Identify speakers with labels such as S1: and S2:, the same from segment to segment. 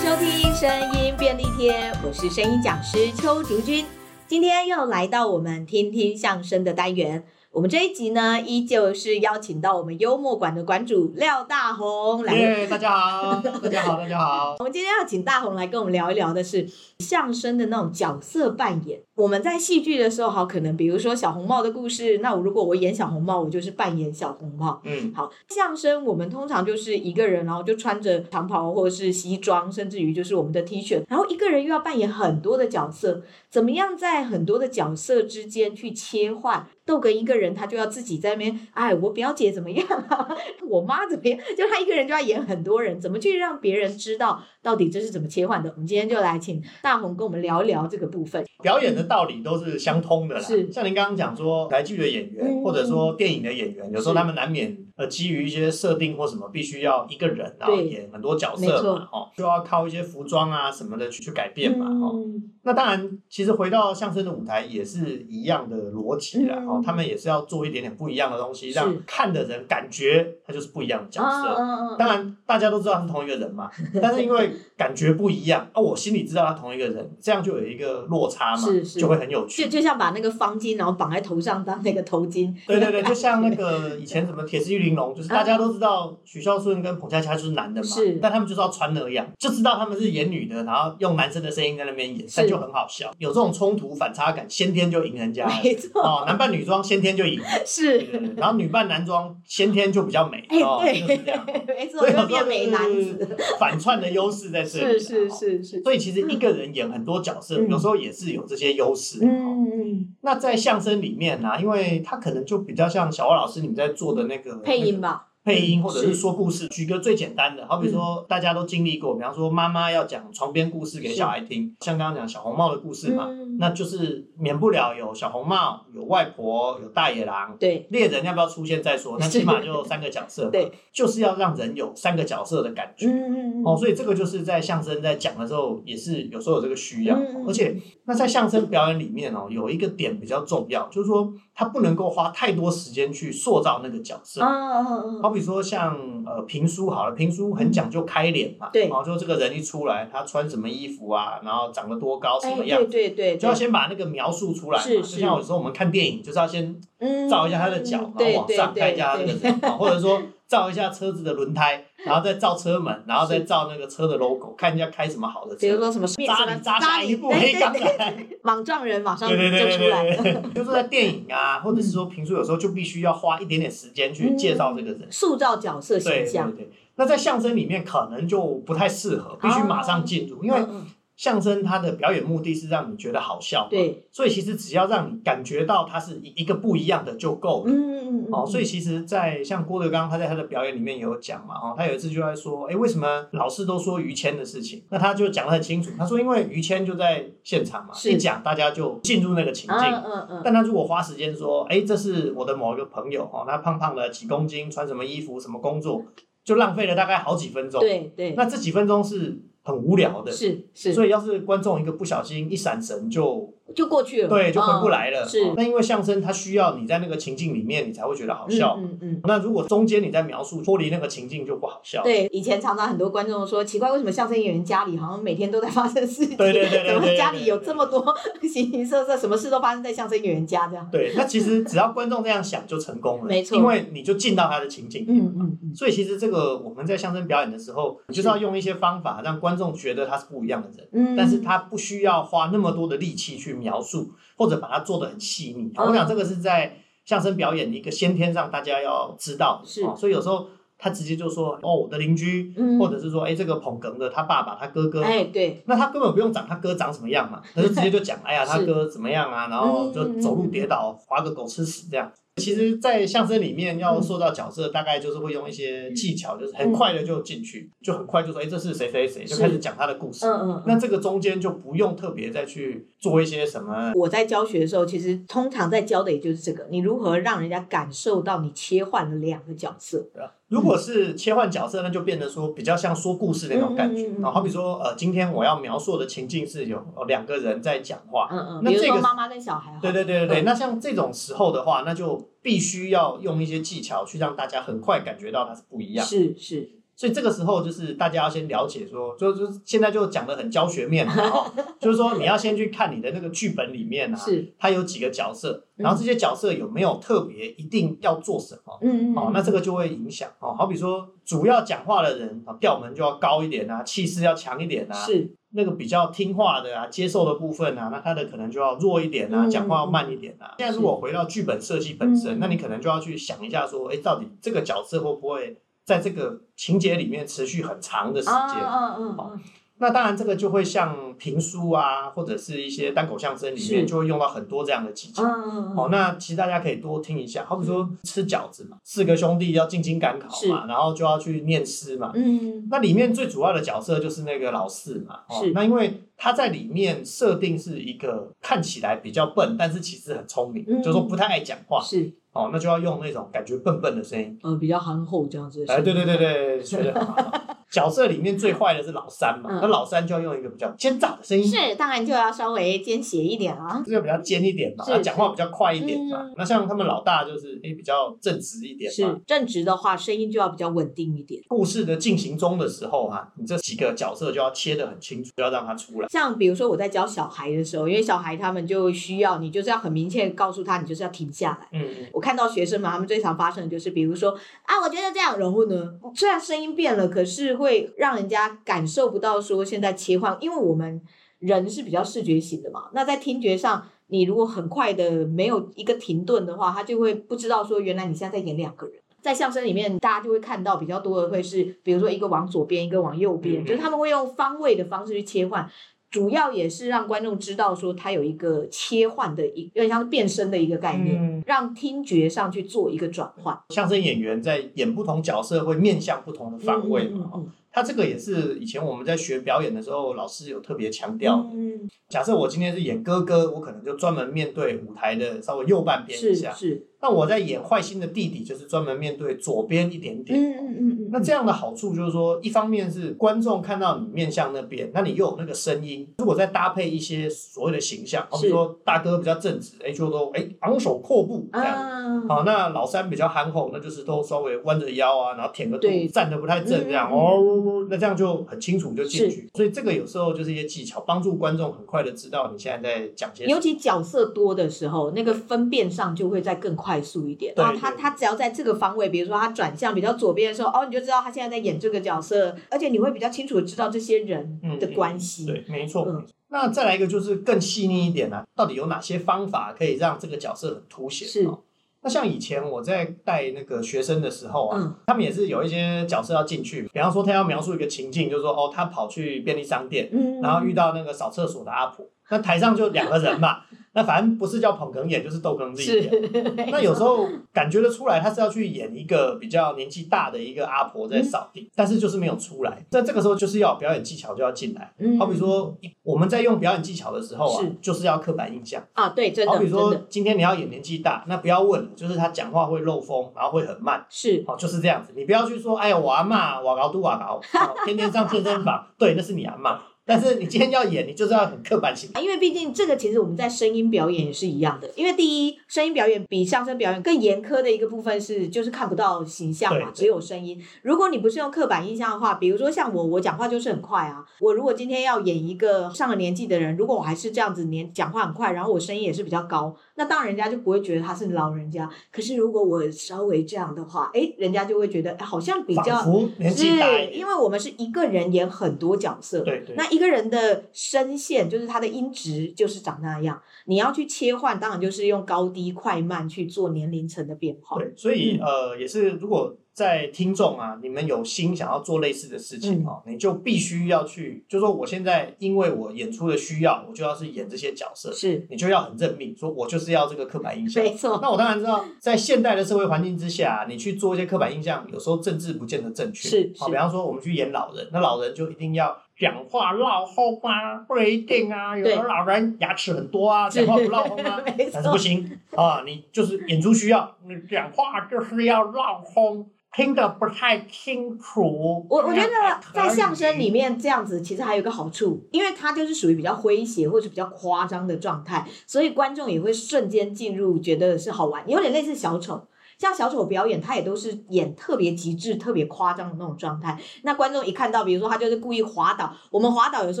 S1: 声音便利贴，我是声音讲师邱竹君。今天又来到我们听听相声的单元。我们这一集呢，依旧是邀请到我们幽默馆的馆主廖大红来。
S2: 耶大家 好，大家好，大家好。
S1: 我们今天要请大红来跟我们聊一聊的是相声的那种角色扮演。我们在戏剧的时候，好可能比如说小红帽的故事，那我如果我演小红帽，我就是扮演小红帽。
S2: 嗯，
S1: 好，相声我们通常就是一个人，然后就穿着长袍或者是西装，甚至于就是我们的 T 恤，然后一个人又要扮演很多的角色，怎么样在很多的角色之间去切换？逗哏一个人，他就要自己在那边，哎，我表姐怎么样啊？ 我妈怎么样？就他一个人就要演很多人，怎么去让别人知道到底这是怎么切换的？我们今天就来请大红跟我们聊一聊这个部分。
S2: 表演的道理都是相通的啦。
S1: 是
S2: 像您刚刚讲说，台剧的演员、
S1: 嗯
S2: 或者说电影的演员，有时候
S1: 是
S2: 他们难免呃基于一些设定或什么，必须要一个人然后
S1: 对
S2: 演很多角
S1: 没
S2: 色
S1: 错
S2: 嘛，哦，就要靠一些服装啊什么的去去改变嘛，哦。
S1: 嗯，
S2: 那当然，其实回到相声的舞台也是一样的逻辑啦，
S1: 嗯
S2: 哦，他们也是要做一点点不一样的东西，
S1: 是
S2: 让看的人感觉他就是不一样的角色。
S1: 嗯
S2: 当然，大家都知道他是同一个 人嘛，但是因为感觉不一样啊，我心里知道他同一个人，这样就有一个落差嘛，
S1: 是是
S2: 就会很有
S1: 就
S2: 趣。
S1: 就像把那个方巾，然后绑在头上当那个头巾，
S2: 对对对，就像那个以前什么《铁丝玉玲珑》，就是大家都知道许孝顺跟彭恰恰就是男的嘛，
S1: 嗯是
S2: 但他们就是要穿那样，就知道他们是演女的，然后用男生的声音在那边演，但就很好笑。有这种冲突反差感，先天就赢人家了
S1: 没错，
S2: 哦，男扮女装先天就赢， 对
S1: 是
S2: 对，对然后女扮男装先天就比较美
S1: 哎、
S2: 哦，就是这样。
S1: 对， 没错，
S2: 所以嗯
S1: 又
S2: 有
S1: 变美男子，
S2: 反串的优势在这里啊。
S1: 是是是是，
S2: 所以其实一个人演很多角色，
S1: 嗯
S2: 有时候也是有这些优势。哦
S1: 嗯，
S2: 那在相声里面呢、因为他可能就比较像小欧老师你们在做的那个
S1: 配音
S2: 那个
S1: 吧，
S2: 配音或者
S1: 是嗯
S2: 是说故事。举个最简单的，好比说大家都经历过，比方说妈妈要讲床边故事给
S1: 是
S2: 小孩听，像刚刚讲小红帽的故事嘛，
S1: 嗯，
S2: 那就是免不了有小红帽、有外婆、有大野狼。
S1: 对，
S2: 猎人要不要出现再说，那
S1: 是
S2: 起码就三个角色嘛，
S1: 对，
S2: 就是要让人有三个角色的感觉。
S1: 嗯嗯嗯，
S2: 哦，所以这个就是在相声在讲的时候，也是有时候有这个需要。
S1: 嗯嗯嗯
S2: 而且，那在相声表演里面哦，有一个点比较重要，就是说他不能够花太多时间去塑造那个角色。
S1: 嗯嗯
S2: 好
S1: 嗯，
S2: 比说像呃评书好了，评书很讲究开脸嘛，
S1: 对
S2: 哦，就这个人一出来，他穿什么衣服啊，然后长得多高什
S1: 哎，
S2: 么样
S1: 对，对对，
S2: 就要先把那个描述出来嘛。
S1: 是
S2: 就是像有时候我们看电影，就是要先
S1: 嗯
S2: 照一下他的脚，然
S1: 对
S2: 后往上看一下他这个
S1: 对对
S2: 人，哦或者说照一下车子的轮胎，然后再照车门，然后再照那个车的 logo，看一下开什么好 的
S1: 比如
S2: 车。
S1: 说什么
S2: 扎你扎
S1: 扎
S2: 下
S1: 你
S2: 一步，
S1: 对
S2: 黑
S1: 对
S2: 钢
S1: 对，
S2: 来，
S1: 莽撞人马上就
S2: 对对对
S1: 出来
S2: 对，对 对，就是在电影啊，或者是说评书，有时候就必须要花一点点时间去介绍这个人。
S1: 塑造角色
S2: 对
S1: 形
S2: 对
S1: 象，
S2: 对，那在相声里面可能就不太适
S1: 啊
S2: 合，必须马上进入，因为
S1: 嗯嗯
S2: 相声它的表演目的是让你觉得好笑嘛，
S1: 对，
S2: 所以其实只要让你感觉到它是一一个不一样的就够了。
S1: 嗯嗯嗯，
S2: 哦，所以其实，在像郭德纲，他在他的表演里面也有讲嘛，哦，他有一次就在说，哎，为什么老是都说于谦的事情？那他就讲得很清楚，他说因为于谦就在现场嘛，
S1: 是
S2: 一讲大家就进入那个情
S1: 嗯
S2: 境。
S1: 嗯嗯嗯，
S2: 但他如果花时间说，哎，这是我的某一个朋友哦，他胖胖的几公斤，穿什么衣服，什么工作，就浪费了大概好几分钟。，
S1: 对对，
S2: 那这几分钟是很无聊的。
S1: 是是，
S2: 所以，要是观众一个不小心一闪神就，
S1: 就过去了，
S2: 对，就回不
S1: 嗯，
S2: 来了。
S1: 是
S2: 哦那因为相声它需要你在那个情境里面，你才会觉得好笑嘛。
S1: 嗯嗯嗯。
S2: 那如果中间你在描述脱离那个情境就不好笑。
S1: 对，以前常常很多观众说，奇怪，为什么相声演员家里好像每天都在发生事情？
S2: 对对对对
S1: 怎么
S2: 对
S1: 家
S2: 对
S1: 里
S2: 对
S1: 有这么多形形色色，什么事都发生在相声演员家这样？
S2: 对那其实只要观众这样想就成功了，
S1: 没错
S2: 因为你就进到他的情境。
S1: 嗯嗯嗯，
S2: 所以其实这个我们在相声表演的时候，你就是要用一些方法让观众觉得他是不一样的人，
S1: 嗯
S2: 但是他不需要花那么多的力气去描述，或者把它做得很细腻。
S1: 嗯
S2: 我想这个是在相声表演的一个先天上大家要知道的，
S1: 是
S2: 哦所以有时候他直接就说哦我的邻居，
S1: 嗯
S2: 或者是说哎这个捧哏的他爸爸他哥哥，
S1: 哎，对，
S2: 那他根本不用讲他哥长什么样 嘛，他就直接就讲，哎呀，他哥怎么样啊，然后就走路跌倒，划个狗吃屎这样。其实，在相声里面要塑造角色，大概就是会用一些技巧，就是很快的就进去，就很快就说，哎，这是谁谁谁，
S1: 是
S2: 就开始讲他的故事。
S1: 嗯嗯。
S2: 那这个中间就不用特别再去做一些什么，
S1: 我在教学的时候，其实通常在教的也就是这个，你如何让人家感受到你切换了两个角色。
S2: 如果是切换角色，那就变得说比较像说故事那种感觉
S1: 嗯嗯嗯。嗯
S2: 然后好比说，呃，今天我要描述的情境是有呃两个人在讲话，
S1: 嗯嗯，
S2: 那
S1: 比如
S2: 这个
S1: 说
S2: 是
S1: 妈妈跟小孩好，
S2: 对对对对对，
S1: 嗯
S2: 那像这种时候的话，那就必须要用一些技巧去让大家很快感觉到它是不一样。
S1: 是是，
S2: 所以这个时候就是大家要先了解说，就就是现在就讲的很教 学面嘛，哦，就是说你要先去看你的那个剧本里面啊，
S1: 是，嗯
S2: 它有几个角色，然后这些角色有没有特别一定要做什么。
S1: 嗯嗯，
S2: 哦，那这个就会影响哦。好比说，主要讲话的人啊，调门就要高一点啊，气势要强一点啊。
S1: 是
S2: 那个比较听话的啊，接受的部分啊，那他的可能就要弱一点啊，
S1: 嗯
S2: 讲话要慢一点啊。现在如果回到剧本设计本
S1: 嗯
S2: 身，那你可能就要去想一下说，哎，到底这个角色会不会在这个情节里面持续很长的时
S1: 啊
S2: 间？哦
S1: 啊嗯嗯，
S2: 那当然，这个就会像评书啊，或者是一些单口相声里面
S1: 是
S2: 就会用到很多这样的技巧。
S1: 嗯
S2: 哦，那其实大家可以多听一下，好比说吃饺子嘛，四个兄弟要进京赶考
S1: 是
S2: 嘛，然后就要去念诗嘛。
S1: 嗯
S2: 那里面最主要的角色就是那个老四嘛，哦
S1: 是，
S2: 那因为他在里面设定是一个看起来比较笨，但是其实很聪明，
S1: 嗯
S2: 就是说不太爱讲话
S1: 是
S2: 哦，那就要用那种感觉笨笨的声音。
S1: 呃比较憨厚这样子，
S2: 哎，对对对对，学得 很好。角色里面最坏的是老三嘛
S1: 嗯，
S2: 那老三就要用一个比较奸诈的声音，
S1: 是当然就要稍微奸邪一点啊，
S2: 就是比较尖一点嘛，
S1: 是
S2: 然后讲话比较快一点嘛
S1: 嗯。
S2: 那像他们老大就是诶比较正直一点嘛，
S1: 是正直的话声音就要比较稳定一点。
S2: 故事的进行中的时候啊，你这几个角色就要切得很清楚，就要让它出来。
S1: 像比如说我在教小孩的时候，因为小孩他们就需要你就是要很明确地告诉他，你就是要停下来。
S2: 嗯，
S1: 我看到学生们，他们最常发生的就是，比如说啊，我觉得这样，然后呢，虽然声音变了，可是会让人家感受不到说现在切换，因为我们人是比较视觉型的嘛。那在听觉上，你如果很快的没有一个停顿的话，他就会不知道说原来你现在在演两个人。在相声里面，大家就会看到比较多的会是，比如说一个往左边，一个往右边，
S2: 嗯
S1: 就是他们会用方位的方式去切换。主要也是让观众知道说它有一个切换的一，有点像是变身的一个概念。
S2: 嗯
S1: 让听觉上去做一个转换。
S2: 相声演员在演不同角色会面向不同的方位嘛。哦
S1: 嗯
S2: 他这个也是以前我们在学表演的时候，老师有特别强调。
S1: 嗯，
S2: 假设我今天是演哥哥，我可能就专门面对舞台的稍微右半边一
S1: 是
S2: 下；
S1: 是，
S2: 那我在演坏心的弟弟，就是专门面对左边一点点。
S1: 嗯嗯嗯嗯，
S2: 那这样的好处就是说，一方面是观众看到你面向那边，那你又有那个声音，如果再搭配一些所谓的形象，哦好比
S1: 是
S2: 说大哥比较正直，哎、就都哎、昂首阔步这样。
S1: 啊，
S2: 好，那老三比较憨厚，那就是都稍微弯着腰啊，然后舔个肚
S1: 对，
S2: 站得不太正这样、
S1: 嗯
S2: 哦，那这样就很清楚就进
S1: 是
S2: 去。所以这个有时候就是一些技巧，帮助观众很快的知道你现在在讲些什
S1: 尤
S2: 么。
S1: 其角色多的时候，那个分辨上就会再更快速一点。
S2: 对
S1: 然后他
S2: 对
S1: 他只要在这个方位，比如说他转向比较左边的时候，哦，你就知道他现在在演这个角色，而且你会比较清楚的知道这些人
S2: 嗯
S1: 的关系。
S2: 对，没错。
S1: 嗯
S2: 没错那再来一个就是更细腻一点啊，到底有哪些方法可以让这个角色很凸显？
S1: 是
S2: 哦那像以前我在带那个学生的时候啊，
S1: 嗯
S2: 他们也是有一些角色要进去，比方说他要描述一个情境，就是说哦，他跑去便利商店，
S1: 嗯，
S2: 然后遇到那个扫厕所的阿婆，那台上就两个 人嘛，那反正不是叫捧哏演，就是逗哏自己
S1: 是
S2: 演。， 那有时候感觉得出来，他是要去演一个比较年纪大的一个阿婆在
S1: 嗯
S2: 扫地，但是就是没有出来。在这个时候，就是要有表演技巧就要进来。
S1: 嗯
S2: 好比说，我们在用表演技巧的时候啊
S1: 是，
S2: 就是要刻板印象。
S1: 啊，对，真的，
S2: 好比
S1: 真
S2: 说
S1: 的，
S2: 今天你要演年纪大，那不要问了，就是他讲话会漏风，然后会很慢。
S1: 是
S2: 哦，就是这样子，你不要去说，哎呀，我阿妈瓦高都瓦高，哦天天上健身房，对，那是你阿妈。但是你今天要演，你就是要很刻板型。
S1: 因为毕竟这个其实我们在声音表演也是一样的，因为第一，声音表演比相声表演更严苛的一个部分是，就是看不到形象嘛
S2: 对，
S1: 只有声音。如果你不是用刻板印象的话，比如说像我，我讲话就是很快啊。我如果今天要演一个上了年纪的人，如果我还是这样子年讲话很快，然后我声音也是比较高，那当然人家就不会觉得他是老人家。可是如果我稍微这样的话，哎，人家就会觉得哎好像比较
S2: 仿佛年
S1: 是
S2: 纪大一点
S1: 因。为我们是一个人演很多角色，
S2: 对对，
S1: 那一个人的声线，就是他的音质，就是长那样。你要去切换，当然就是用高低快慢去做年龄层的变化。
S2: 对，所以、
S1: 嗯
S2: 呃，也是如果在听众啊，你们有心想要做类似的事
S1: 嗯
S2: 情哦，你就必须要去，就说我现在因为我演出的需要，我就要是演这些角色，
S1: 是，
S2: 你就要很认命，说我就是要这个刻板印象。
S1: 没错，
S2: 那我当然知道，在现代的社会环境之下，你去做一些刻板印象，有时候政治不见得正确。
S1: 是
S2: 好，
S1: 是
S2: 比方说我们去演老人，那老人就一定要讲话绕后啊，不一定啊，有
S1: 对
S2: 的老人牙齿很多啊，
S1: 是，
S2: 讲话不绕后啊
S1: 没错
S2: 但是不行啊，你就是演出需要，你讲话就是要绕后，听得不太清楚。
S1: 我我觉
S2: 这样
S1: 得
S2: 啊才可
S1: 在
S2: 以
S1: 相声里面这样子，其实还有一个好处，因为它就是属于比较诙谐或者比较夸张的状态，所以观众也会瞬间进入，觉得是好玩，有点类似小丑。像小丑表演，他也都是演特别极致、特别夸张的那种状态。那观众一看到，比如说他就是故意滑倒，我们滑倒有时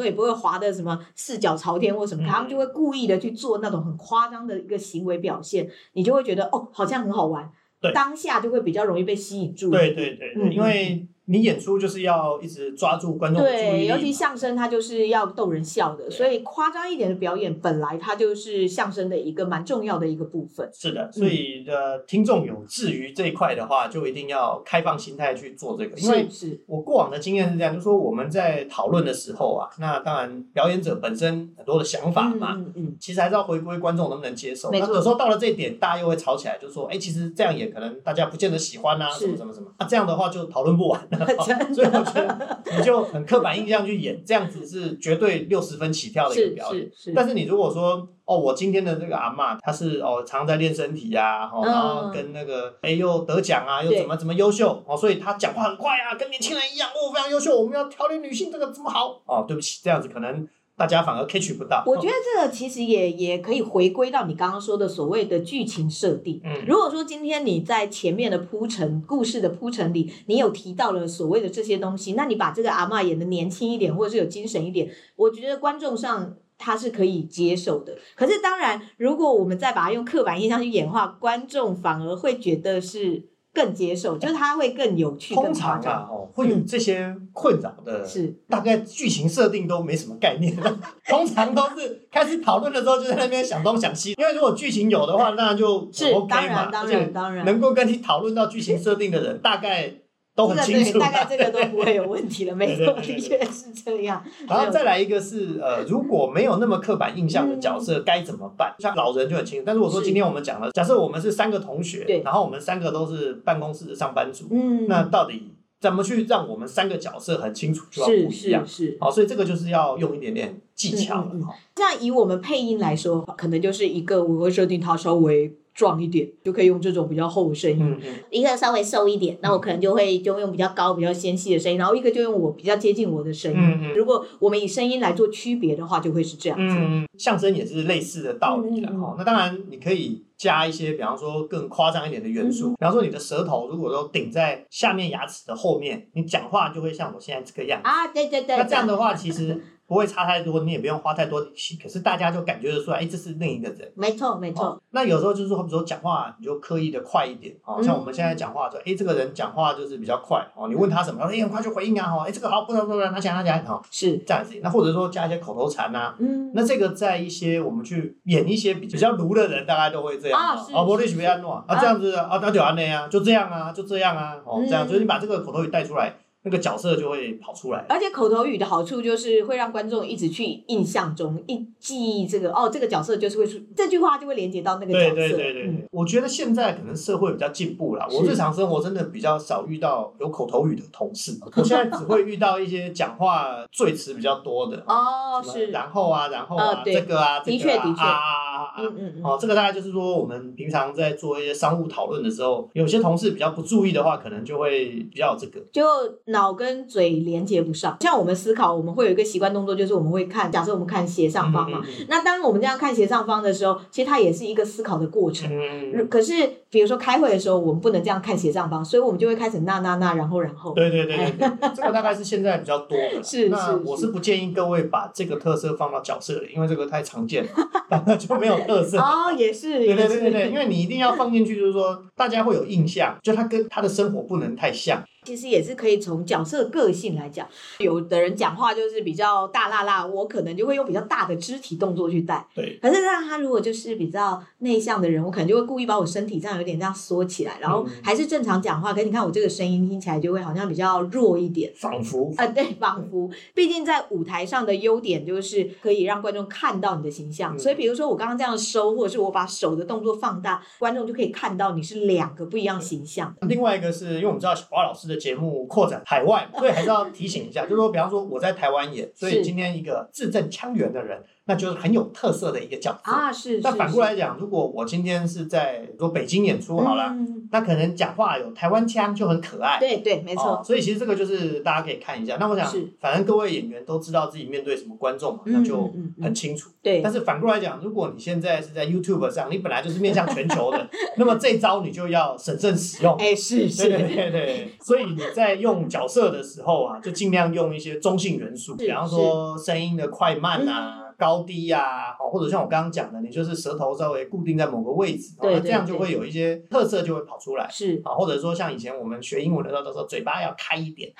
S1: 候也不会滑的什么四脚朝天或什么，
S2: 嗯
S1: 他们就会故意的去做那种很夸张的一个行为表现，你就会觉得哦，好像很好玩
S2: 对，
S1: 当下就会比较容易被吸引住。
S2: 对对对，对
S1: 嗯
S2: 因为你演出就是要一直抓住观众的注
S1: 对，
S2: 意
S1: 尤其
S2: 力嘛。嗯
S1: 相声，它就是要逗人笑的，所以夸张一点的表演，本来它就是相声的一个蛮重要的一个部分。
S2: 是的，所以呃，听众有至于这一块的话，就一定要开放心态去做这个，因为
S1: 是是，
S2: 我过往的经验是这样，就是说我们在讨论的时候啊，那当然表演者本身很多的想法
S1: 嗯
S2: 嘛，
S1: 嗯嗯，
S2: 其实还是要回归观众能不能接受。那
S1: 没错
S2: 有时候到了这一点，大家又会吵起来，就说：“哎、其实这样也可能大家不见得喜欢啊，
S1: 是
S2: 什么什么什么。”啊，这样的话就讨论不完
S1: 嗯真
S2: 所以我觉得你就很刻板印象去演，这样子是绝对六十分起跳的一个
S1: 是
S2: 表演。
S1: 是是，
S2: 但是你如果说哦，我今天的这个阿嬷，她是哦常在练身体啊，哦，
S1: 嗯
S2: 然后跟那个哎又得奖啊，又
S1: 对
S2: 怎么怎么优秀哦，所以她讲话很快啊，跟年轻人一样哦，非常优秀，我们要调理女性这个这么好哦，对不起，这样子可能大家反而 catch 不到。
S1: 我觉得这个其实也也可以回归到你刚刚说的所谓的剧情设定。
S2: 嗯
S1: 如果说今天你在前面的铺陈、故事的铺陈里，你有提到了所谓的这些东西，那你把这个阿嬷演的年轻一点，或者是有精神一点，我觉得观众上。他是可以接受的，可是当然，如果我们再把它用刻板印象去演化，观众反而会觉得是更接受，就是他会更有趣、更
S2: 通
S1: 夸
S2: 常
S1: 张。
S2: 啊哦会有这些困扰的，
S1: 是
S2: 大概剧情设定都没什么概念，啊 通常都是开始讨论的时候就在那边想东想西，因为如果剧情有的话，那就很
S1: 是，当
S2: OK 嘛，
S1: 然，当
S2: 而且
S1: 然，当然，
S2: 能够跟你讨论到剧情设定的人，大概都很清
S1: 这
S2: 楚
S1: 个对，大 概
S2: 吧。
S1: 这个都不会有问题了，没错，
S2: 对对
S1: 的
S2: 对
S1: 确是这样。
S2: 然后再来一个是呃，如果没有那么刻板印象的角色该怎么办？像老人就很清楚。但是我说
S1: 嗯是
S2: 今天我们讲了，假设我们是三个同学
S1: 对，
S2: 然后我们三个都是办公室的上班族，
S1: 嗯，
S2: 那到底怎么去让我们三个角色很清楚就要
S1: 是
S2: 不一
S1: 是
S2: 样？
S1: 是。
S2: 好，所以这个就是要用一点点技巧
S1: 嗯嗯嗯
S2: 了。哈
S1: 那以我们配音来说，可能就是一个我会设定它稍微壮一点，就可以用这种比较厚的声音。
S2: 嗯嗯，
S1: 一个稍微瘦一点，那我可能就会就用比较高、比较纤细的声音，然后一个就用我比较接近我的声音。
S2: 嗯嗯
S1: 如果我们以声音来做区别的话，就会是这样子。
S2: 嗯，相声也是类似的道理啦。
S1: 嗯嗯嗯
S2: 哦，那当然你可以加一些，比方说更夸张一点的元素，
S1: 嗯
S2: 比方说你的舌头如果说顶在下面牙齿的后面，你讲话就会像我现在这个样子。
S1: 啊，对对对，
S2: 那这样的话，其实不会差太多，你也不用花太多力气，可是大家就感觉得出来，哎，这是另一个人。
S1: 没错没错，
S2: 哦，那有时候就是说，比如说讲话，你就刻意的快一点哦。
S1: 嗯
S2: 像我们现在讲话就，哎，这个人讲话就是比较快哦。你问他什么，他说哎，很快就回应啊，哦，哎，这个好，不能不能，拿起来拿起来，哦，
S1: 是，
S2: 这样子。那或者说加一些口头禅啊，
S1: 嗯，
S2: 那这个在一些我们去演一些比较卢的人，大概都会这样
S1: 啊是
S2: 啊，我得喜欢弄啊，
S1: 啊
S2: 这样子啊，那就安那样啊，就这样啊，就这样啊，哦，
S1: 嗯
S2: 这样，所以你把这个口头语带出来，那个角色就会跑出来。
S1: 而且口头语的好处就是会让观众一直去印象中、一记忆这个哦，这个角色就是会出这句话就会连接到那个角
S2: 对
S1: 色。
S2: 对对对
S1: 嗯
S2: 对，我觉得现在可能社会比较进步啦，我
S1: 是
S2: 日常生活真的比较少遇到有口头语的同事，
S1: 哦
S2: 我现在只会遇到一些讲话赘词比较多的，
S1: 哦，
S2: 什么
S1: 是，
S2: 然后啊，然后
S1: 啊
S2: 啊，
S1: 对
S2: 这个啊，
S1: 的
S2: 这
S1: 确
S2: 个啊
S1: 的确
S2: 啊啊啊啊啊
S1: 嗯嗯嗯，
S2: 哦，这个大概就是说，我们平常在做一些商务讨论的时候，有些同事比较不注意的话，可能就会比较有这个。
S1: 就脑跟嘴连接不上。像我们思考，我们会有一个习惯动作，就是我们会看，假设我们看斜上方嘛。
S2: 嗯
S1: 那当我们这样看斜上方的时候，其实它也是一个思考的过程。
S2: 嗯，
S1: 可是，比如说开会的时候，我们不能这样看斜上方，所以我们就会开始那那那，然后然 后。
S2: 对对对对对，对这个大概是现在比较多的 啦。
S1: 是
S2: 那
S1: 是
S2: 我
S1: 是
S2: 是不建议各位把这个特色放到角色里，因为这个太常见了， 那就没有特色。
S1: 哦，也是，
S2: 对
S1: 也
S2: 对
S1: 是
S2: 对对对，因为你一定要放进去，就是说大家会有印象，就他跟他的生活不能太像。
S1: 其实也是可以从角色个性来讲，有的人讲话就是比较大辣辣，我可能就会用比较大的肢体动作去带。
S2: 对，
S1: 可是让他如果就是比较内向的人，我可能就会故意把我身体这样有点这样缩起来，然后
S2: 嗯
S1: 还是正常讲话，可是你看我这个声音听起来就会好像比较弱一 点。
S2: 仿佛
S1: 啊，对，仿佛，毕竟在舞台上的优点就是可以让观众看到你的形象，
S2: 嗯
S1: 所以比如说我刚刚这样收，或者是我把手的动作放大，观众就可以看到你是两个不一样形象。
S2: 另外一个是因为我们知道小花老师的节目扩展海外，所以还是要提醒一下，就是说，比方说我在台湾演，所以
S1: 是
S2: 今天一个字正腔圆的人，那就是很有特色的一个角色。
S1: 啊，是。
S2: 那
S1: 是
S2: 反过来讲，如果我今天是在说北京演出好了，，
S1: 是嗯
S2: 那可能讲话有台湾腔就很可爱。
S1: 对对，没
S2: 哦
S1: 错，
S2: 所以其实这个就是大家可以看一下。那我想
S1: 是，
S2: 反正各位演员都知道自己面对什么观众嘛，
S1: 嗯
S2: 那就
S1: 嗯嗯
S2: 很
S1: 嗯，
S2: 清楚。
S1: 对
S2: 但，是反过来讲，如果你现在是在 YouTube 上，你本来就是面向全球 的，那么这一招你就要审慎使用。
S1: 哎，是
S2: 对对
S1: 是，
S2: 对对，所以你在用角色的时候啊，就尽量用一些中性元素，
S1: 是嗯
S2: 比方说声音的快慢啊、高低啊，哦，或者像我刚刚讲的，你就是舌头稍微固定在某个位置，哦
S1: 对
S2: 那
S1: 对
S2: 这样就
S1: 对
S2: 会有一些特色就会跑出来。
S1: 是
S2: 啊，或者说像以前我们学英文的时候，都说嘴巴要开 一点，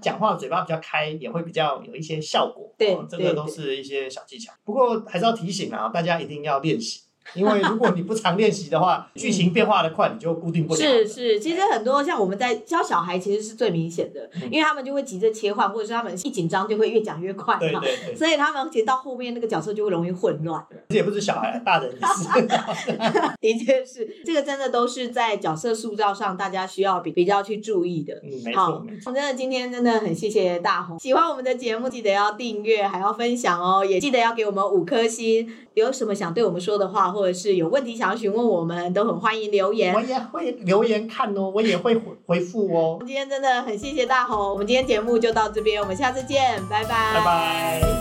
S2: 讲话嘴巴比较开，也会比较有一些效果。
S1: 对
S2: 哦这
S1: 对
S2: 个都是一些小技巧。不过还是要提醒啊，大家一定要练习，因为如果你不常练习的 话，剧情变化的快，你就固定不了了。
S1: 嗯是是，其实很多像我们在教小孩，其实是最明显的，因为他们就会急着切换，或者是他们一紧张就会越讲越 快
S2: 对
S1: 嘛，
S2: 对对，
S1: 所以他们其实到后面那个角色就会容易混乱。
S2: 这也不是小孩，大人也是。
S1: 的确是，这个真的都是在角色塑造上大家需要比比较去注意的。
S2: 嗯，没
S1: 好
S2: 错，没错。
S1: 真的，今天真的很谢谢大红。喜欢我们的节目，记得要订阅，还要分享哦，也记得要给我们五颗星。有什么想对我们说的话，或者是有问题想要询问我们，都很欢迎留言
S2: 我。也会留言看哦，我也会回回复哦。
S1: 今天真的很谢谢大红，我们今天节目就到这边，我们下次见，拜拜，
S2: 拜拜。